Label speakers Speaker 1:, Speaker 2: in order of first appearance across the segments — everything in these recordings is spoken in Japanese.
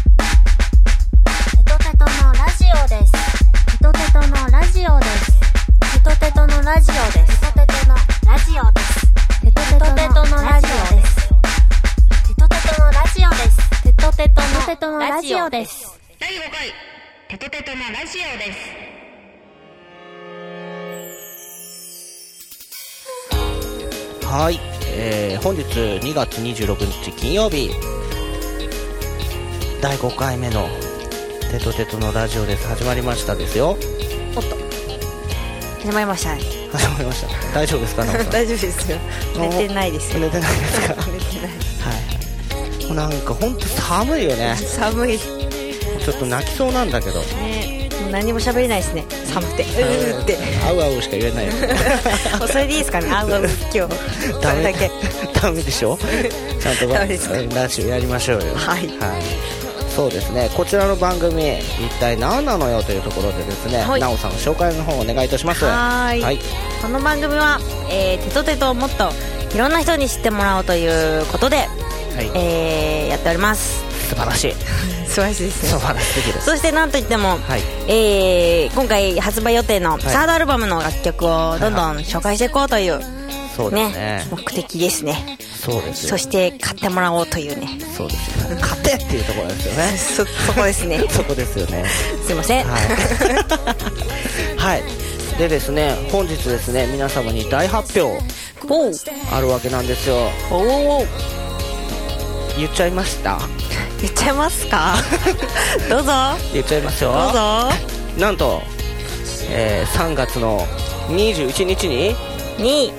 Speaker 1: テトテトのラジオです。テトテトのラジオです。テトテトのラジオです。テトテトのラジオです。テトテトのラジオです。テトテトのラジオです。テトテトのラジオです。
Speaker 2: 第5回テトテトのラジオです
Speaker 3: はい、えー本日2月26日金曜日第5回目の「テトテトのラジオ」です始まりましたですよ
Speaker 4: おっと始まりましたね
Speaker 3: 始まりました 大丈夫ですか奈緒さん
Speaker 4: 大丈夫ですよ
Speaker 3: お
Speaker 4: 寝てないですよ
Speaker 3: 寝てないですか は
Speaker 4: 寝てない
Speaker 3: いもうなんか本当寒いよね
Speaker 4: 寒い
Speaker 3: ちょっと泣き そうなんだけど
Speaker 4: ねもう何も喋れないですね寒くてうーって
Speaker 3: あうあうしか言えないよ
Speaker 4: もうそれでいい ですかねあうあう今日そ
Speaker 3: ダ
Speaker 4: れだ
Speaker 3: メ
Speaker 4: け
Speaker 3: ダメでしょちゃんと
Speaker 4: ダメですか
Speaker 3: ラジオやりましょうよ
Speaker 4: はい
Speaker 3: そうですねこちらの番組一体何なのよというところでですね、
Speaker 4: はい
Speaker 3: なおさん紹介の方お願いいたします
Speaker 4: はーい
Speaker 3: はい
Speaker 4: この番組は、えー、テトテトをもっといろんな人に知ってもらおうということで、
Speaker 3: はい
Speaker 4: えー、やっております
Speaker 3: 素晴 らしい
Speaker 4: 素晴らしいで
Speaker 3: 素晴らしすぎる
Speaker 4: そしてなんといっても、
Speaker 3: はい
Speaker 4: えー今回発売予定の
Speaker 3: い
Speaker 4: サードアルバムの楽曲をどんどん紹介していこうという、
Speaker 3: そうですね
Speaker 4: ね目的ですね
Speaker 3: そうですよ
Speaker 4: そして買ってもらおうというね
Speaker 3: そうですよ勝てっていうところで すよね
Speaker 4: そそこですね
Speaker 3: そこですよね
Speaker 4: すいません、
Speaker 3: はい、はい、でですね本日ですね皆様に大発表
Speaker 4: おう
Speaker 3: あるわけなんですよ
Speaker 4: おお
Speaker 3: 言っちゃいました
Speaker 4: 言っちゃいます かどうぞ
Speaker 3: 言っちゃいますよ
Speaker 4: どうぞ
Speaker 3: なんと、えー3月の21日に
Speaker 4: に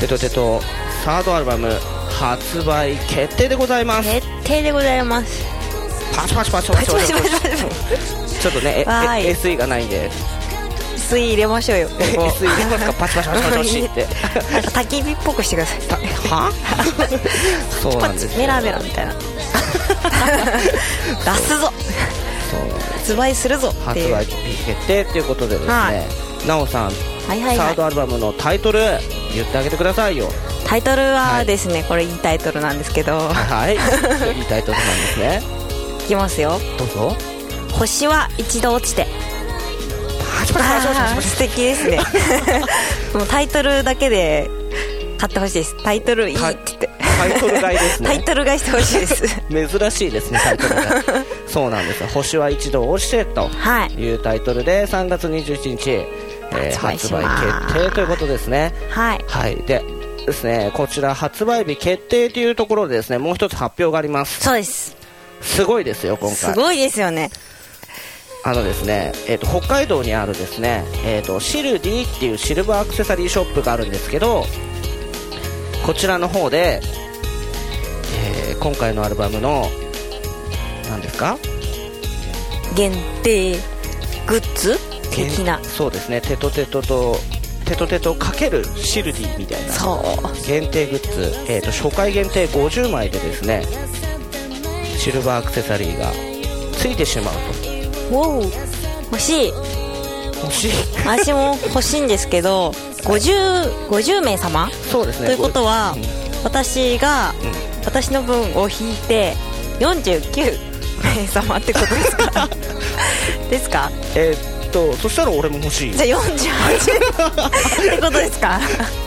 Speaker 3: テトテトサードアルバム発売決定でございます
Speaker 4: 決定でございます
Speaker 3: パチパチパチパ
Speaker 4: パ
Speaker 3: チ
Speaker 4: チ
Speaker 3: パ
Speaker 4: パ
Speaker 3: チ
Speaker 4: チ
Speaker 3: パ
Speaker 4: パ
Speaker 3: チ
Speaker 4: チパチパ
Speaker 3: ちょっとねええ
Speaker 4: わーい
Speaker 3: SE がない んで
Speaker 4: チ水入れましょうよ
Speaker 3: SE 入れますかパチパチパチパチパチって
Speaker 4: なんか焚き火っぽくしてください
Speaker 3: たはそう
Speaker 4: パ
Speaker 3: なんです
Speaker 4: チ
Speaker 3: よ
Speaker 4: メラメラみ たいな出すぞ
Speaker 3: そうなんです
Speaker 4: 発売するぞって
Speaker 3: 発
Speaker 4: いう
Speaker 3: 売日決定ということでですね
Speaker 4: はい
Speaker 3: なおさん
Speaker 4: はいはい
Speaker 3: サ
Speaker 4: は
Speaker 3: ー
Speaker 4: い
Speaker 3: ドアルバムのタイトル言ってあげてくださいよ
Speaker 4: タイトル
Speaker 3: は
Speaker 4: はいですね、これいいタイトルなんですけど
Speaker 3: はいいいタイトルなんですね
Speaker 4: いきますよ
Speaker 3: どうぞ
Speaker 4: 「星は一度落ちて」
Speaker 3: パチパチパチパチ
Speaker 4: あ
Speaker 3: パ
Speaker 4: ー
Speaker 3: チ
Speaker 4: 素敵です ねもうタイトルだけで買ってほしいですタイトルいいって言って
Speaker 3: タイトル買いですね
Speaker 4: タイトル買いしてほしいです
Speaker 3: 珍しいですねタイトルがそうなん ですよ星は一度落ちてと
Speaker 4: はい
Speaker 3: いうタイトルで3月27日、えー
Speaker 4: 発
Speaker 3: 発
Speaker 4: 売します
Speaker 3: 売決定ということですね
Speaker 4: はい
Speaker 3: はいでですねこちら発売日決定というところでですねもう一つ発表があります
Speaker 4: そうです
Speaker 3: すごいですよ今回
Speaker 4: すごいですよね
Speaker 3: あのですね、えー、と北海道にあるですね、えー、とシルディっていうシルバーアクセサリーショップがあるんですけどこちらの方で、えー今回のアルバムの何ですか
Speaker 4: 限定グッズ的な
Speaker 3: そうですねテトテトとテトテトかけるシルディみたいな
Speaker 4: そう
Speaker 3: 限定グッズ、えー、と初回限定50枚でですねシルバーアクセサリーがついてしまう
Speaker 4: おう欲しい
Speaker 3: と欲しい
Speaker 4: 私も欲しいんですけど 50, 50名様
Speaker 3: そうですね
Speaker 4: ということは
Speaker 3: うん
Speaker 4: 私が私の分を引いて49名様ってことです かですか
Speaker 3: えーっとそしたら俺も欲しい
Speaker 4: じゃあ48ってことですか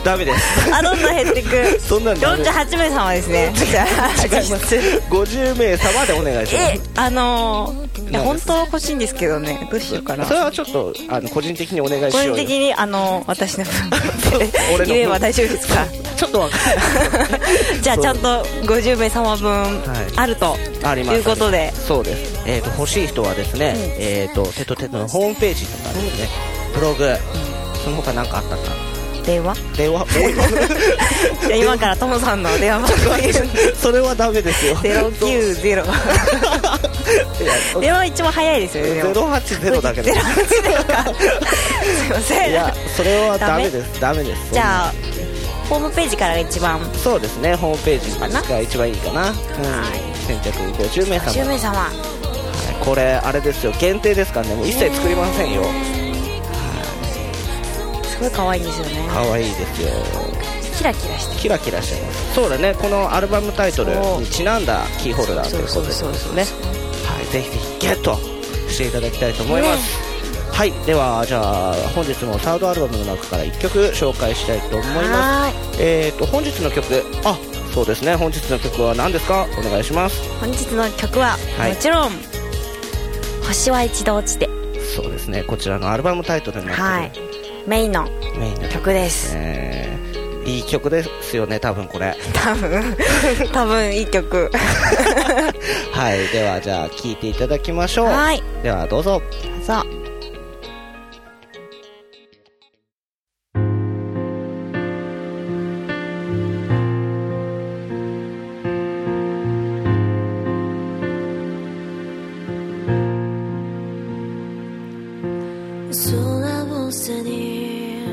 Speaker 3: ダメです
Speaker 4: あどんどん減ってく
Speaker 3: そんなんダメ
Speaker 4: 48名様ですねじゃあ
Speaker 3: 違います50名様でお願いしま
Speaker 4: え
Speaker 3: す
Speaker 4: あのーいや
Speaker 3: 何
Speaker 4: 本
Speaker 3: です
Speaker 4: 当は欲しいんですけどねどうしようかな
Speaker 3: それはちょっとあの個人的にお願い
Speaker 4: 個
Speaker 3: しよ
Speaker 4: 人
Speaker 3: うよ
Speaker 4: 的にあのー私の分って
Speaker 3: 俺の分
Speaker 4: 言えば大丈夫です か
Speaker 3: ちょっとわかんない
Speaker 4: じゃあちゃんと50名様分
Speaker 3: はい
Speaker 4: あると、
Speaker 3: あります
Speaker 4: ということで
Speaker 3: そうです、えー、と欲しい人はですね、えっ、とテトテトのホームページとかですね、ブログ、その他何かあったか
Speaker 4: 電話
Speaker 3: 電話 多いな
Speaker 4: じゃあ今からトモさんの電話番 号言う
Speaker 3: それはダメですよ
Speaker 4: 090電話一番早いですよねでも
Speaker 3: ゼロ八ゼロだけどい
Speaker 4: 080かすいません
Speaker 3: やそれはダ
Speaker 4: ダ
Speaker 3: メ
Speaker 4: メ
Speaker 3: ですダメです
Speaker 4: じゃあホームページからが一番
Speaker 3: そうですねホームページ
Speaker 4: かな
Speaker 3: が一番いいかな、うん、先着50名様
Speaker 4: 10名様
Speaker 3: これあれですよ限定ですからねもう一切作りませんよ
Speaker 4: すごい可愛いんですよね
Speaker 3: 可愛いですよ
Speaker 4: キラキラして
Speaker 3: キラキラしてますそうだねこのアルバムタイトルにちなんだキーホルダーということです
Speaker 4: そうそうそうそう
Speaker 3: ねはいぜひぜひゲットしていただきたいと思います、はいではじゃあ本日のサードアルバムの中から1曲紹介したいと思います
Speaker 4: はーい
Speaker 3: えーと本日の曲あそうですね本日の曲は何ですかお願いします
Speaker 4: 本日の曲は、
Speaker 3: はい
Speaker 4: もちろん星は一度落ちて
Speaker 3: そうですねこちらのアルバムタイトルにな
Speaker 4: はい
Speaker 3: ってる、
Speaker 4: メインの
Speaker 3: メインの曲
Speaker 4: 曲です
Speaker 3: えーいい曲ですよね多分これ
Speaker 4: 多 分多分いい曲
Speaker 3: はいではじゃあ聴いていただきましょう
Speaker 4: はい
Speaker 3: ではどうぞ
Speaker 4: そう
Speaker 5: 空を背に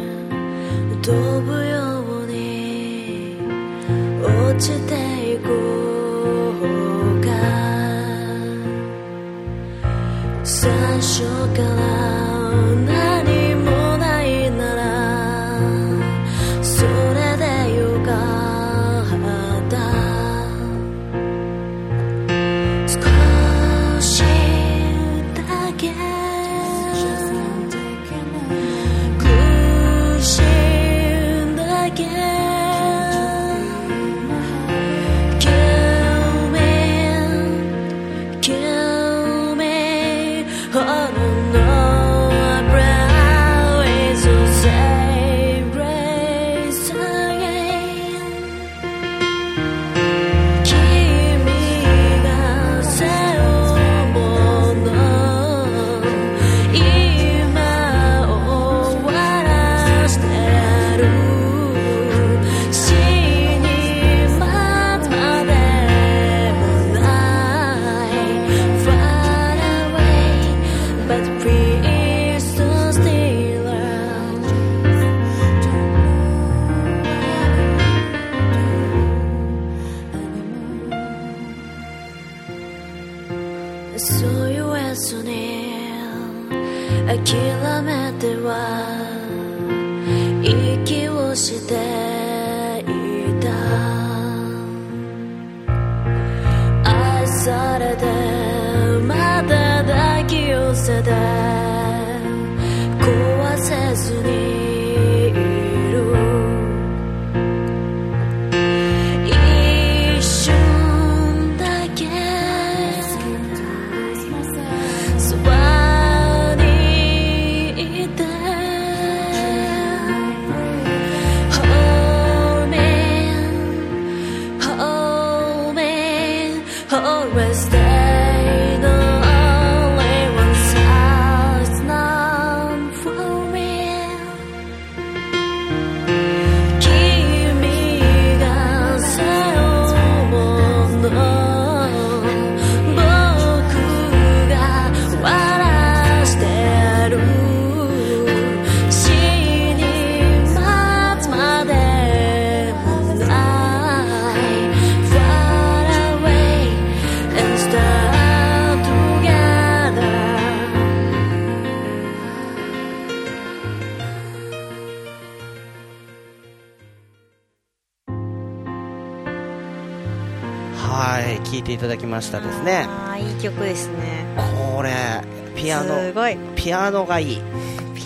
Speaker 5: 飛ぶように落ちていこうか最初から何もないならそれでよかった少しだけ苦しんだけ君君 Oh no I pray so say raise again 君が背負うもの今終わらしてやる死に待つまでもない Far away but please don't steal around そう言えずに諦めては息をしていた愛されてまた抱き寄せて壊せずにいる一瞬だけそばにいて Hold me Hold me Always stay the only one size now for me 君が背負うもの僕が笑らしてやる死に待つまでもない Far away and start together
Speaker 3: はい聴いていただきましたですね
Speaker 4: あーいい曲ですね
Speaker 3: これピア
Speaker 4: す
Speaker 3: ノ
Speaker 4: ごい
Speaker 3: ピアノがいいい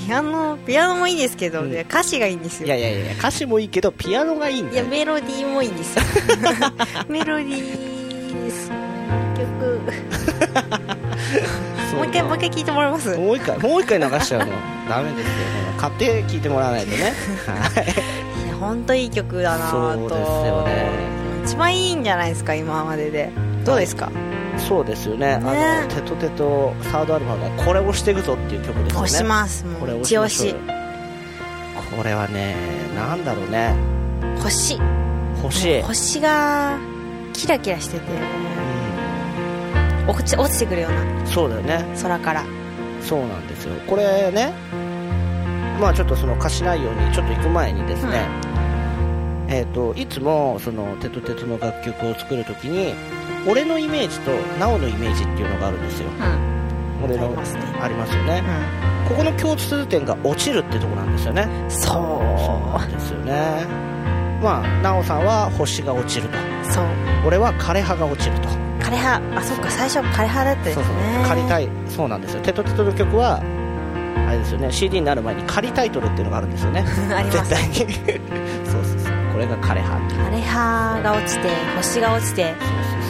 Speaker 4: ピアノピアノもいいですけど、
Speaker 3: うん
Speaker 4: いや歌詞がいいんですよ
Speaker 3: やいやいや歌詞もいいけどピアノがいいん
Speaker 4: い
Speaker 3: だ
Speaker 4: や
Speaker 3: よ
Speaker 4: メロディーもいいん ですよメロディーです曲
Speaker 3: そう
Speaker 4: もう一回もう一回聞いてもらえます
Speaker 3: もう一回もう一回流しちゃうの ダメですよ買って聞いてもらわないとねはい
Speaker 4: いや本当いい曲だなと
Speaker 3: そうですよね
Speaker 4: 一番いいんじゃないですか今まででどうですか
Speaker 3: そうですよねあのテトテトサードアルバムがこれをしていくぞっていう曲ですよね
Speaker 4: 押しますも
Speaker 3: これ
Speaker 4: う
Speaker 3: 押
Speaker 4: 一
Speaker 3: しま
Speaker 4: 押
Speaker 3: しょう
Speaker 4: し
Speaker 3: よこれはねなんだろうね
Speaker 4: 星
Speaker 3: 欲しい
Speaker 4: 星がキラキラしてて落ち落ちてくるような
Speaker 3: うんそうだよね
Speaker 4: 空から
Speaker 3: そうなんですよこれねまあちょっとその歌詞内容にちょっと行く前にですね、えっ、といつもそのテトテトの楽曲を作るときに俺のイメージとナオのイメージっていうのがあるんですよ、
Speaker 4: うん
Speaker 3: 俺
Speaker 4: あ
Speaker 3: の
Speaker 4: りますね
Speaker 3: ありますよね
Speaker 4: う、ん
Speaker 3: ここの共通点が落ちるってとこなんですよね
Speaker 4: そう
Speaker 3: ですよねまあ奈緒さんは星が落ちると
Speaker 4: そう
Speaker 3: 俺は枯葉が落ちると
Speaker 4: 枯葉あそっか最初枯葉だったです
Speaker 3: そう
Speaker 4: ね
Speaker 3: そう仮タイそうなんですよテトテトの曲はあれですよね CD になる前に仮タイトルっていうのがあるんですよね
Speaker 4: あります
Speaker 3: 絶対に そうそうそうこれが枯葉って
Speaker 4: 枯葉が落ちて星が落ちて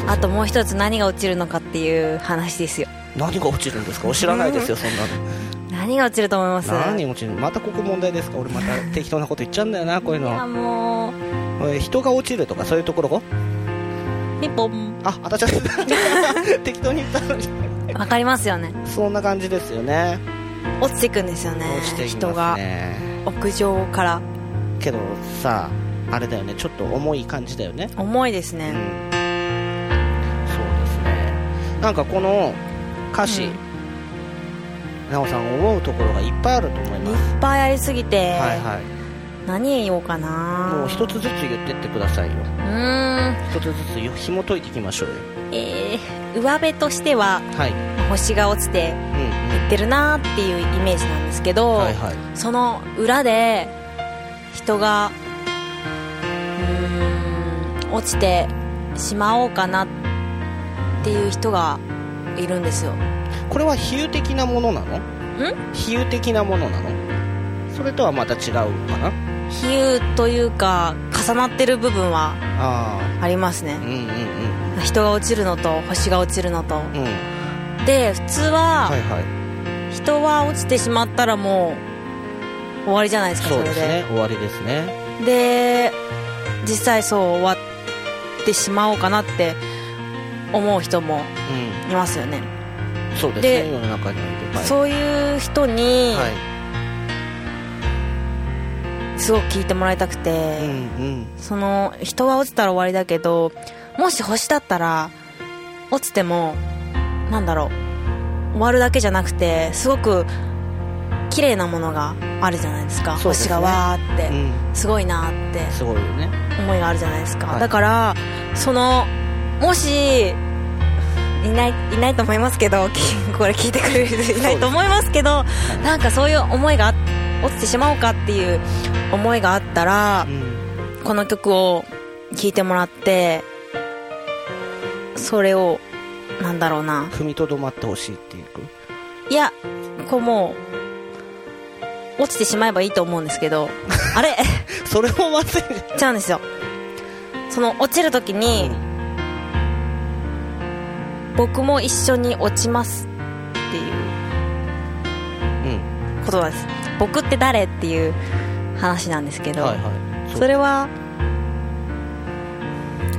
Speaker 4: あともう一つ何が落ちるのかっていう話ですよ
Speaker 3: 何が落ちるんですか知らないですよそんなの
Speaker 4: 何が落ちると思います
Speaker 3: 何落ちるまたここ問題ですか俺 また適当なこと言っちゃうんだよなこういう
Speaker 4: いや
Speaker 3: の
Speaker 4: もう
Speaker 3: おい人が落ちるとかそういうところ
Speaker 4: ピンポン
Speaker 3: あ当たっちゃ った適当に言ったのに
Speaker 4: わかりますよね
Speaker 3: そんな感じですよね
Speaker 4: 落ちていくんですよね
Speaker 3: 落ちていき
Speaker 4: 人
Speaker 3: ま
Speaker 4: が
Speaker 3: すね
Speaker 4: 屋上から
Speaker 3: けどさあれだよねちょっと重い感じだよね
Speaker 4: 重いです
Speaker 3: うん
Speaker 4: ね、
Speaker 3: そうですねなんかこの歌詞、
Speaker 4: うん
Speaker 3: なおさん思うところがいっぱいあると思い
Speaker 4: い
Speaker 3: ます
Speaker 4: っぱいありすぎて、
Speaker 3: はいはい
Speaker 4: 何言おうかな
Speaker 3: もう一つずつ言ってってくださいよ
Speaker 4: うーん
Speaker 3: 一つずつ紐解いていきましょうよ
Speaker 4: えー、上辺としては
Speaker 3: はい
Speaker 4: 星が落ちて
Speaker 3: うんうん
Speaker 4: 減ってるなーっていうイメージなんですけど、
Speaker 3: はいはい
Speaker 4: その裏で人がうーん落ちてしまおうかなっていう人がいるんですよ
Speaker 3: これは比喩的なものなの比喩的なものなのそれとはまた違うのかな
Speaker 4: 比喩というか重なってる部分は
Speaker 3: あ
Speaker 4: あります
Speaker 3: あ
Speaker 4: ね
Speaker 3: うんうんうん
Speaker 4: 人が落ちるのと星が落ちるのと
Speaker 3: うん
Speaker 4: で普通は
Speaker 3: はいはい
Speaker 4: 人は落ちてしまったらもう終わりじゃないですかそ
Speaker 3: そう
Speaker 4: れ
Speaker 3: で
Speaker 4: です
Speaker 3: ね終わりですね
Speaker 4: で実際そう終わってしまおうかなって思う人もいますよね
Speaker 3: うんそうです
Speaker 4: で
Speaker 3: ね世の中にはいっぱい
Speaker 4: そういう人に
Speaker 3: はい
Speaker 4: すごく聞いてもらいたくて、
Speaker 3: うんうん
Speaker 4: その人は落ちたら終わりだけどもし星だったら落ちてもなんだろう終わるだけじゃなくてすごく綺麗なものがあるじゃないですか
Speaker 3: そうで
Speaker 4: 星
Speaker 3: すね
Speaker 4: がわーって、
Speaker 3: うん
Speaker 4: すごいなーって
Speaker 3: すごいよね
Speaker 4: 思いがあるじゃないですか、
Speaker 3: はい
Speaker 4: だからそのもしいないいないと思いますけどき これ聞いてくれる人いないと思いますけどなんかそういう思いがあ落ちてしまおうかっていう思いがあったら
Speaker 3: うん
Speaker 4: この曲を聴いてもらってそれをなんだろうな
Speaker 3: 踏みとどまってほしいっていう
Speaker 4: いやこうもう落ちてしまえばいいと思うんですけど あれ
Speaker 3: それもまずい
Speaker 4: ちゃうんですよその落ちる時に、僕も一緒に落ちますっていう
Speaker 3: うん
Speaker 4: ことなんです僕って誰っていう話なんですけど、
Speaker 3: はいはい
Speaker 4: それは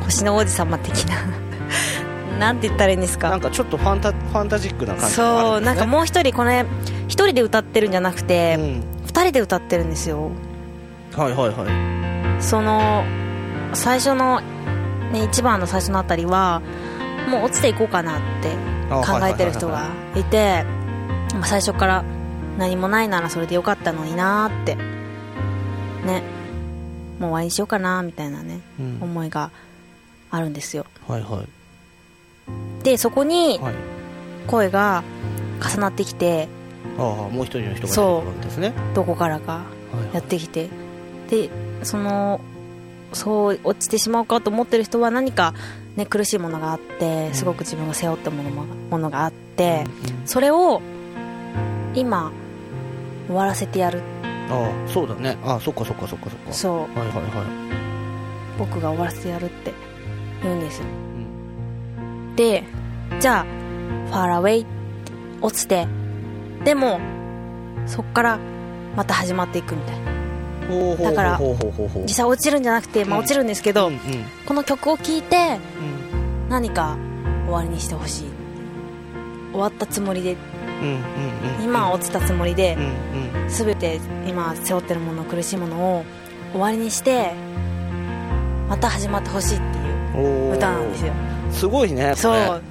Speaker 4: 星の王子様的な なんて言ったらいいんです
Speaker 3: な
Speaker 4: か
Speaker 3: んかちょっとファンタファンタジックな感じが
Speaker 4: そ
Speaker 3: あ
Speaker 4: う
Speaker 3: るで
Speaker 4: な
Speaker 3: すね
Speaker 4: んかもう一人これ一人で歌ってるんじゃなくて、
Speaker 3: うん
Speaker 4: 二人で歌ってるんですよ
Speaker 3: はいはいはい
Speaker 4: その最初の、ね、一番の最初のあたりはもう落ちていこうかなって
Speaker 3: あ
Speaker 4: 考
Speaker 3: はいはいはいはい
Speaker 4: えてる人がいてまあ最初から何もないならそれでよかったのになーってねもう終わりにしようかなみたいなね、
Speaker 3: うん
Speaker 4: 思いがあるんですよ
Speaker 3: はいはい
Speaker 4: でそこに
Speaker 3: はい
Speaker 4: 声が重なってきて
Speaker 3: ああもう一人の人が出てくる
Speaker 4: そう
Speaker 3: わけですね
Speaker 4: どこからか
Speaker 3: はいは
Speaker 4: やっ
Speaker 3: い
Speaker 4: てきてでそのそう落ちてしまうかと思ってる人は何か、ね、苦しいものがあってすごく自分が背負ったものもものがあってそれを今終わらせてやる
Speaker 3: ああそうだねああそっかそっかそっかそっか
Speaker 4: そう
Speaker 3: はいはいは
Speaker 4: 僕が終わらせてやるって言うんですよ
Speaker 3: いうん
Speaker 4: でじゃあファーラウェイ落ちてでもそっからまた始まっていくみたいな
Speaker 3: ほうほう
Speaker 4: だから
Speaker 3: ほうほうほうほう
Speaker 4: 実際落ちるんじゃなくて、まあ、
Speaker 3: うん
Speaker 4: 落ちるんですけど、
Speaker 3: うんうん
Speaker 4: この曲を聴いて
Speaker 3: うん
Speaker 4: 何か終わりにしてほしい終わったつもりで
Speaker 3: うんうんうん
Speaker 4: 今は落ちたつもりで
Speaker 3: うんうん
Speaker 4: 全て今背負ってるもの苦しいものを終わりにしてまた始まってほしいっていう
Speaker 3: おー
Speaker 4: 歌なんですよ
Speaker 3: すごいね
Speaker 4: そ
Speaker 3: これ
Speaker 4: う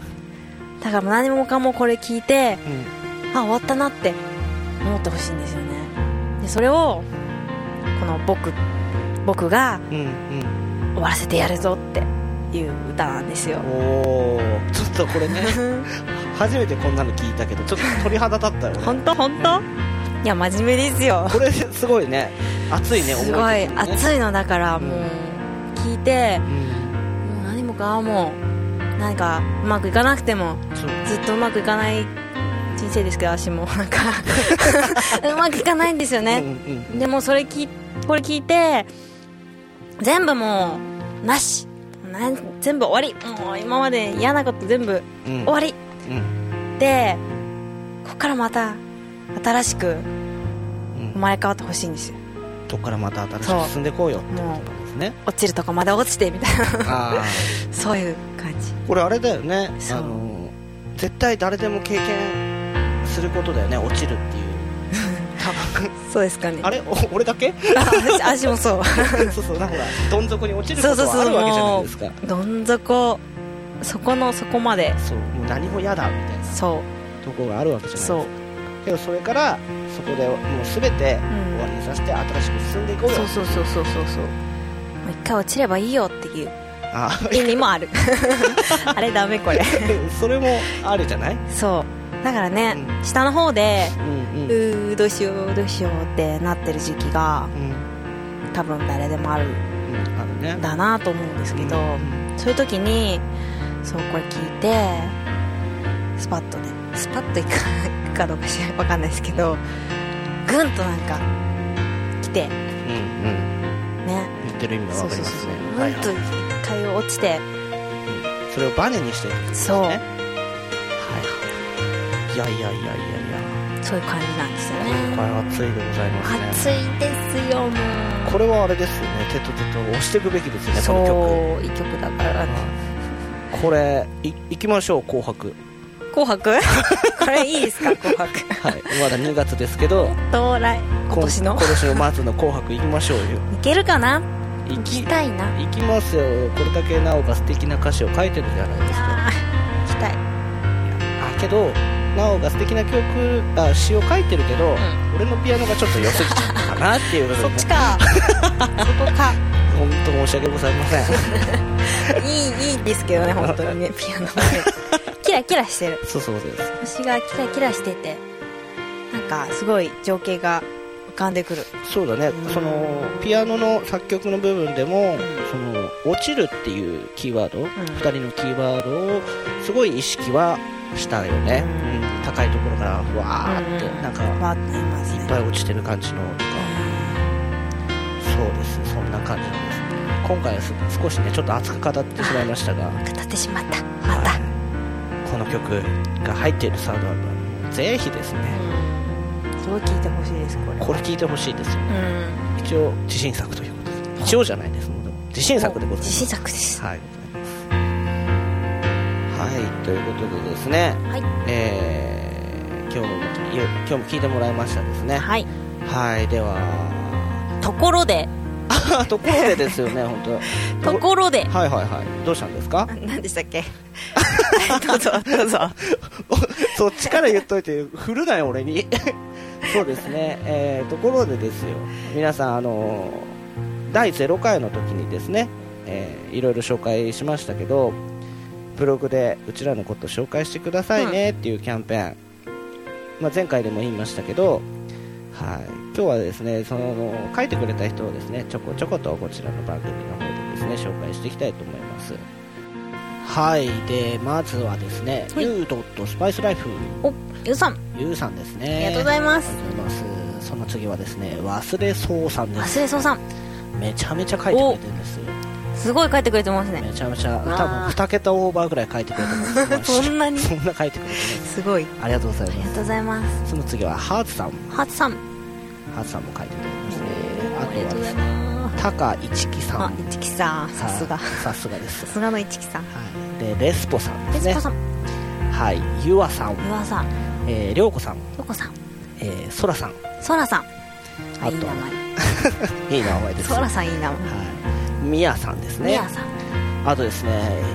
Speaker 4: だからもう何もかもこれ聞いて
Speaker 3: うん
Speaker 4: あ終わったなって思ってほしいんですよねでそれをこの僕僕が
Speaker 3: うんうん
Speaker 4: 終わらせてやるぞっていう歌なんですよ
Speaker 3: おーちょっ とこれね初めてこんなの聞いたけどちょっと鳥肌立ったよね
Speaker 4: 本当本当いや真面目ですよ
Speaker 3: これすごいね熱いね
Speaker 4: す
Speaker 3: 思
Speaker 4: ご
Speaker 3: い
Speaker 4: い
Speaker 3: 出とね
Speaker 4: 熱いのだからもう聞いてもう何もかもなんかうまくいかなくても
Speaker 3: うんそう
Speaker 4: ずっとうまくいかない人生ですけど私 もなんかうまくいかないんですよね、
Speaker 3: うんうん
Speaker 4: でもそれきこれ聞いて全部もうなしなん全部終わりもう今まで嫌なこと全部
Speaker 3: うん
Speaker 4: 終わり
Speaker 3: うん
Speaker 4: でここからまた新しく生
Speaker 3: うん
Speaker 4: まれ変わってほしいんですよ
Speaker 3: そこからまた新しく進んでいこうよって
Speaker 4: も
Speaker 3: ことですね
Speaker 4: う落ちるとこまで落ちてみたいな
Speaker 3: ああ
Speaker 4: そういう感じ
Speaker 3: これあれだよね
Speaker 4: そう
Speaker 3: あの絶対誰でも経験することだよね落ちるっ ていう
Speaker 4: そうですかね
Speaker 3: あれお俺だ け
Speaker 4: あ私私もそう
Speaker 3: そうそうなんかほらどん底に落ちるこ
Speaker 4: そうそ
Speaker 3: と
Speaker 4: う
Speaker 3: はあ
Speaker 4: そう
Speaker 3: るわけじゃない
Speaker 4: も
Speaker 3: ですか
Speaker 4: うどん底そこのそこまで
Speaker 3: そうもう何も嫌だみたいな
Speaker 4: そ
Speaker 3: とこがあるわけ
Speaker 4: う
Speaker 3: じゃないですか
Speaker 4: そう
Speaker 3: けどそれからそこでもう全て
Speaker 4: ん
Speaker 3: 終わりにさせて新しく進んでいこうよ、
Speaker 4: そうそうそうそうそうそうもう一回落ちればいいよって いう
Speaker 3: あ
Speaker 4: 意味もある あれダメこれ
Speaker 3: それもあるじゃない
Speaker 4: そうだからね、
Speaker 3: う
Speaker 4: 下の方で
Speaker 3: うん
Speaker 4: う
Speaker 3: うん
Speaker 4: ーどうしようどうしようってなってる時期が
Speaker 3: うん
Speaker 4: 多分誰でもある
Speaker 3: うんあるね
Speaker 4: んだなと思うんですけど、
Speaker 3: うん
Speaker 4: そういう時にそうこれ聞いてスパッとねスパッといくか いくかどうかしら分かんないですけどぐんとなんか来てね
Speaker 3: うんうん言ってる意味が
Speaker 4: そ
Speaker 3: 分
Speaker 4: うそう
Speaker 3: かります
Speaker 4: そう
Speaker 3: ね
Speaker 4: ぐ
Speaker 3: は
Speaker 4: ん
Speaker 3: いはい
Speaker 4: と一回落ちて
Speaker 3: それをバネにしてるんですね
Speaker 4: そう
Speaker 3: はいはいいやいやいやいやいや
Speaker 4: そういう感じなんですよ
Speaker 3: 今
Speaker 4: ね
Speaker 3: 回暑いでございますね
Speaker 4: 暑いですよもう
Speaker 3: これはあれですよねテトテト押していくべきですねこの曲
Speaker 4: そういい曲だから
Speaker 3: はいこれい行きましょう紅白
Speaker 4: 紅白 これいいですか 紅白
Speaker 3: はいまだ2月ですけど
Speaker 4: 到来今年の
Speaker 3: こ今年のまずの紅白行きましょうよ
Speaker 4: いけるかな
Speaker 3: 行
Speaker 4: 行き
Speaker 3: き
Speaker 4: たいな
Speaker 3: 行きますよこれだけなおが素敵な歌詞を書いてるじゃないですか
Speaker 4: あー行きたい
Speaker 3: あけどなおが素敵な曲あ詩を書いてるけど、俺のピアノがちょっと良すぎちゃったかなっていうことで
Speaker 4: そっちかそこか
Speaker 3: 本当申し訳ございません
Speaker 4: いいいいですけどね本当にねピアノがねキラキラしてる
Speaker 3: そうそうです
Speaker 4: 星がキラキラしててなんかすごい情景が浮かんでくる
Speaker 3: そうだね、
Speaker 4: うん
Speaker 3: そのピアノの作曲の部分でも、その落ちるっていうキーワード、2人のキーワードをすごい意識はしたよね、うん高いところからふわーって、
Speaker 4: うん
Speaker 3: なん
Speaker 4: わ
Speaker 3: か
Speaker 4: ーってなります
Speaker 3: い
Speaker 4: ね
Speaker 3: っぱい落ちてる感じのとか、そうですそんな感じです今回はす少しねちょっと熱く語ってしまいましたが、
Speaker 4: うん語ってしまったまた
Speaker 3: はい、この曲が入っているサードアルバムぜひですね
Speaker 4: うんすごい聞いてほしいですこれ
Speaker 3: これ聴いてほしいですよ
Speaker 4: うん
Speaker 3: 一応自信作ということです一応じゃないですもうでも自信作でございます
Speaker 4: 自信作です
Speaker 3: はい、ございます。はい、ということでですね、
Speaker 4: はい
Speaker 3: えー今日もゆ今日も聞いてもらいましたですね。
Speaker 4: はい
Speaker 3: はい、では、
Speaker 4: ところで
Speaker 3: あところでですよね、本 当。
Speaker 4: ところで
Speaker 3: はいはいはい、どうしたんですか
Speaker 4: 何でしたっけどうぞどうぞ
Speaker 3: そっちから言っといて、振るなよ、俺に。 そうですね、えーところでですよ、皆さん、あのー第0回の時にですね、えーいろいろ紹介しましたけど、ブログでうちらのこと紹介してくださいねっていうキャンペーン、まあ、前回でも言いましたけど、はい、今日はですねその書いてくれた人をですねちょこちょことこちらの番組の方でですね紹介していきたいと思いますはいでまずはですね、
Speaker 4: はい
Speaker 3: u.spicelife
Speaker 4: おゆうさん
Speaker 3: ゆうさんですね
Speaker 4: ありがとうございます
Speaker 3: ありがとうございますその次はですね忘れそうさんです
Speaker 4: 忘れそうさん
Speaker 3: めちゃめちゃ書いてくれてるんですよ
Speaker 4: すごい書いてくれてますね
Speaker 3: めちゃめちゃ多
Speaker 4: わ
Speaker 3: 分
Speaker 4: あ
Speaker 3: 2桁オーバーぐらい書いてくれてま す
Speaker 4: そんなに
Speaker 3: そんな書いてくれてます
Speaker 4: すごい
Speaker 3: ありがとうござい
Speaker 4: あり
Speaker 3: ま
Speaker 4: がとうございます
Speaker 3: すその次はハーツさん
Speaker 4: ハーツさん
Speaker 3: ハーツさんも書いてくれてますねあ
Speaker 4: ありがと
Speaker 3: と
Speaker 4: う
Speaker 3: は
Speaker 4: ござい
Speaker 3: ですね
Speaker 4: ます
Speaker 3: タカイチキさん
Speaker 4: あ、一木さん、さすが。
Speaker 3: はい
Speaker 4: さ
Speaker 3: さすがです
Speaker 4: すがの一木さん。
Speaker 3: はいでレスポさん
Speaker 4: ペ
Speaker 3: です
Speaker 4: ス
Speaker 3: ね
Speaker 4: コさん、
Speaker 3: はいゆわさん
Speaker 4: 湯浅さん、
Speaker 3: えーりょうこさん
Speaker 4: ヨコさん、
Speaker 3: えーそらさん
Speaker 4: ソラさん。あ、
Speaker 3: あ
Speaker 4: いい
Speaker 3: と
Speaker 4: 名
Speaker 3: は ねいい名前で
Speaker 4: 前。
Speaker 3: す
Speaker 4: ソラさんいい名前。
Speaker 3: はいみやさんです
Speaker 4: ミ
Speaker 3: ね
Speaker 4: ヤさん。
Speaker 3: あとですね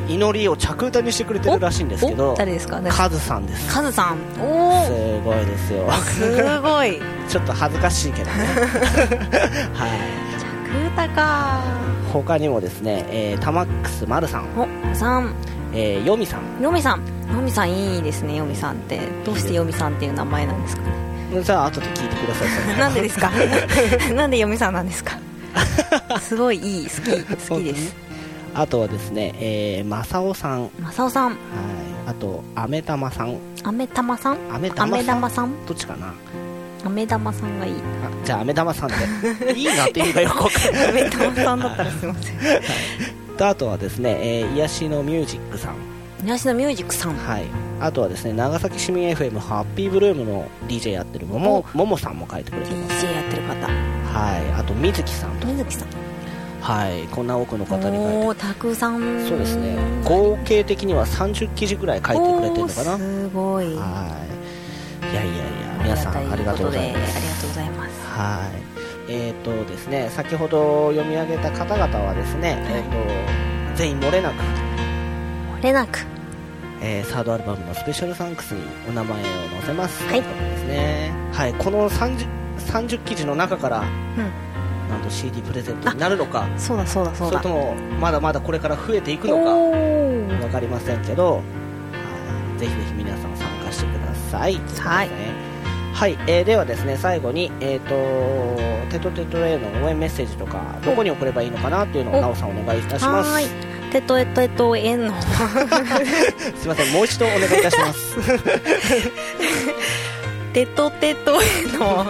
Speaker 3: 祈りを着歌にしてくれてるらしいんですけ
Speaker 4: お
Speaker 3: ど
Speaker 4: 誰ですかね。
Speaker 3: カズさんです
Speaker 4: カズさん。おお。
Speaker 3: すごいですよ
Speaker 4: すごい。
Speaker 3: ちょっと恥ずかし いけどねはい
Speaker 4: クータか。
Speaker 3: 他にもですね、えー、タマックス丸さん、
Speaker 4: お、さん。
Speaker 3: えー、ヨミさん
Speaker 4: ヨミさん。ヨミさんいいですね。ヨミさんって。どうしてヨミさんっていう名前なんですかね。
Speaker 3: うんさあ後で聞いてくださいそ れ
Speaker 4: なんでです かなんで嫁さんなんですかすごいいい好き好きです
Speaker 3: あとはですね、えー、正雄さん、はい、
Speaker 4: マサオさん
Speaker 3: あと、アメ玉さん、
Speaker 4: アメ玉さん
Speaker 3: アメ玉
Speaker 4: ア
Speaker 3: さん
Speaker 4: メ玉さん
Speaker 3: どっちかな、
Speaker 4: アメ玉さんがいい
Speaker 3: あじゃあ、アメ玉さん で、いいなっていうのがよくわかる
Speaker 4: アメ玉さんだったらすいません
Speaker 3: とあとはですね、えー、癒しのミュージックさん、
Speaker 4: 宮下ミュージックさん
Speaker 3: はい、あとはですね長崎市民 FM ハッピーブルームの DJ やってるももももさんも書いてくれてます、
Speaker 4: DJ やってる方
Speaker 3: はい、あと水木さんと、
Speaker 4: 水木さん
Speaker 3: はい、こんな多くの方に書いて
Speaker 4: おおたくさん
Speaker 3: そうですね合計的には30記事ぐらい書いてくれてるのかな
Speaker 4: おーすごい
Speaker 3: はいいやいやいや皆さんありがとうございま
Speaker 4: あり
Speaker 3: す
Speaker 4: がとうございます
Speaker 3: はいえっ、とですね先ほど読み上げた方々はですね、えー、と全員漏れなく、
Speaker 4: 漏れなく
Speaker 3: えーサードアルバムのスペシャルサンクスにお名前を載せます
Speaker 4: はい
Speaker 3: とうことですねはいこの 30, 30記事の中から
Speaker 4: うん
Speaker 3: なんと CD プレゼントになるのか
Speaker 4: そうだそうだそう
Speaker 3: それ
Speaker 4: だ
Speaker 3: ともまだまだこれから増えていく
Speaker 4: お
Speaker 3: のか
Speaker 4: おー
Speaker 3: わかりませんけど、はいぜひぜひ皆さん参加してください。
Speaker 4: はい
Speaker 3: とうことですねはい、えーではですね、最後に、えっ、と、テトテトへの応援メッセージとか、どこに送ればいいのかなっていうのを、
Speaker 4: お
Speaker 3: なおさんお願いいたします。
Speaker 4: はーいテトエトエトエンの
Speaker 3: すいません、もう一度お願いいたします。
Speaker 4: テトテトエのも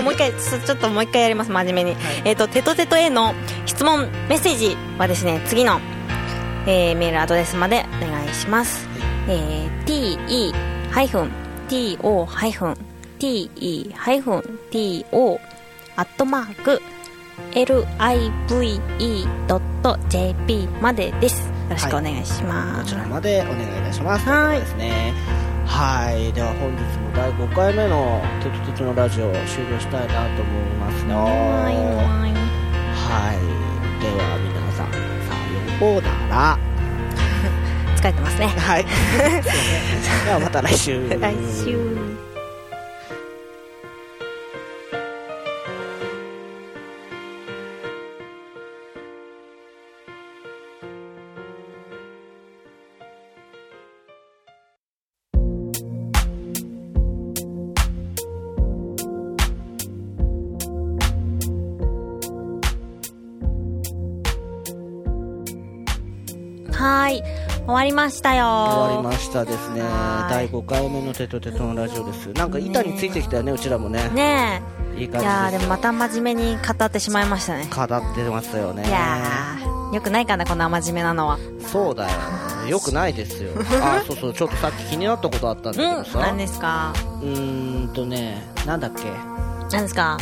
Speaker 4: うもう一回ちょちょっともう一回やります真面目に、えっ、とテトテトエの質問メッセージはですね次の、えーメールアドレスまでお願いします、えー、te-to-te-to アットマーク live.jp までですよろしくお願いし
Speaker 3: こ
Speaker 4: ま
Speaker 3: ち
Speaker 4: す、
Speaker 3: らまでお願いいたします。
Speaker 4: はい
Speaker 3: とうことですね。はい、では本日も第5回目のテトテトのラジオを終了したいなと思いますよ。
Speaker 4: はいはい
Speaker 3: はい、では皆さん、さようなら。
Speaker 4: 疲れてますね
Speaker 3: はい。ではまた来週。
Speaker 4: 来週はーい終わりましたよ
Speaker 3: 終わりましたですね
Speaker 4: は。ー
Speaker 3: 第
Speaker 4: い
Speaker 3: 5回目のテトテトのラジオです。なんか板についてきたよね、うちらもね。
Speaker 4: ね
Speaker 3: いい
Speaker 4: えいや
Speaker 3: 感
Speaker 4: ー
Speaker 3: じ
Speaker 4: で
Speaker 3: で
Speaker 4: もまた真面目に語ってしまいましたね
Speaker 3: す。語ってましたよね
Speaker 4: い。やーよくないかなこんな真面目なのは
Speaker 3: そうだよ。よくないですよ。あ、そうそう、ちょっとさっき気になったことあったんだけど
Speaker 4: うん
Speaker 3: さ。
Speaker 4: 何ですか
Speaker 3: うーんとね、なんだっけ。
Speaker 4: 何ですか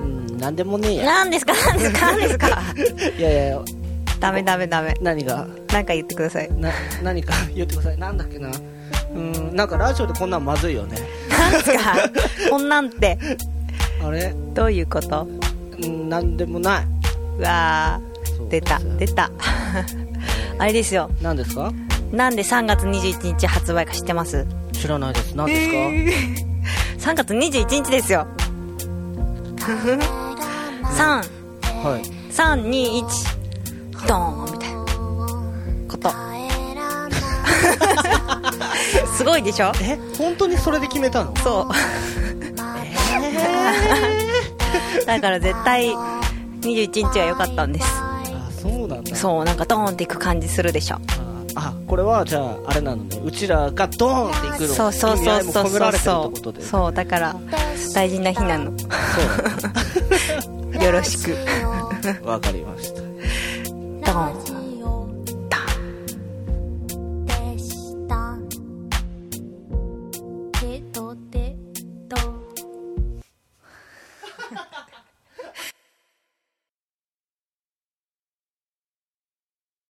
Speaker 3: うん、なんでもねえや。
Speaker 4: 何ですか何ですか何ですか
Speaker 3: いやいや、
Speaker 4: ダメダメダメ
Speaker 3: 何が、
Speaker 4: なんか言ってください
Speaker 3: な、何か言ってください。なんだっけな。うん、なんかラジオでこんなんまずいよね。
Speaker 4: 何です かこんなんって
Speaker 3: あれ
Speaker 4: どういうこと
Speaker 3: うん、なんでもない。
Speaker 4: うわ
Speaker 3: そう
Speaker 4: ー出た出た あれですよ
Speaker 3: 何ですか
Speaker 4: なんで3月21日発売か知ってます
Speaker 3: 知らないです何ですか、
Speaker 4: 3月21日です よ3
Speaker 3: はい
Speaker 4: 321ドーンみたいなことすごいでしょ
Speaker 3: え本当にそれで決めたの
Speaker 4: そうだから絶対21日は良かったんです
Speaker 3: あそうなんだ
Speaker 4: そうなんかドーンっていく感じするでしょ
Speaker 3: ああこれはじゃああれなのねうちらがドーンっていくの
Speaker 4: そうそう
Speaker 3: 意味合
Speaker 4: そう
Speaker 3: いも
Speaker 4: そう
Speaker 3: 込めら
Speaker 4: そう
Speaker 3: れてるって
Speaker 4: そ
Speaker 3: こと
Speaker 4: う
Speaker 3: で
Speaker 4: そうだから大事な日なのよろしく
Speaker 3: わかりました
Speaker 4: ドーン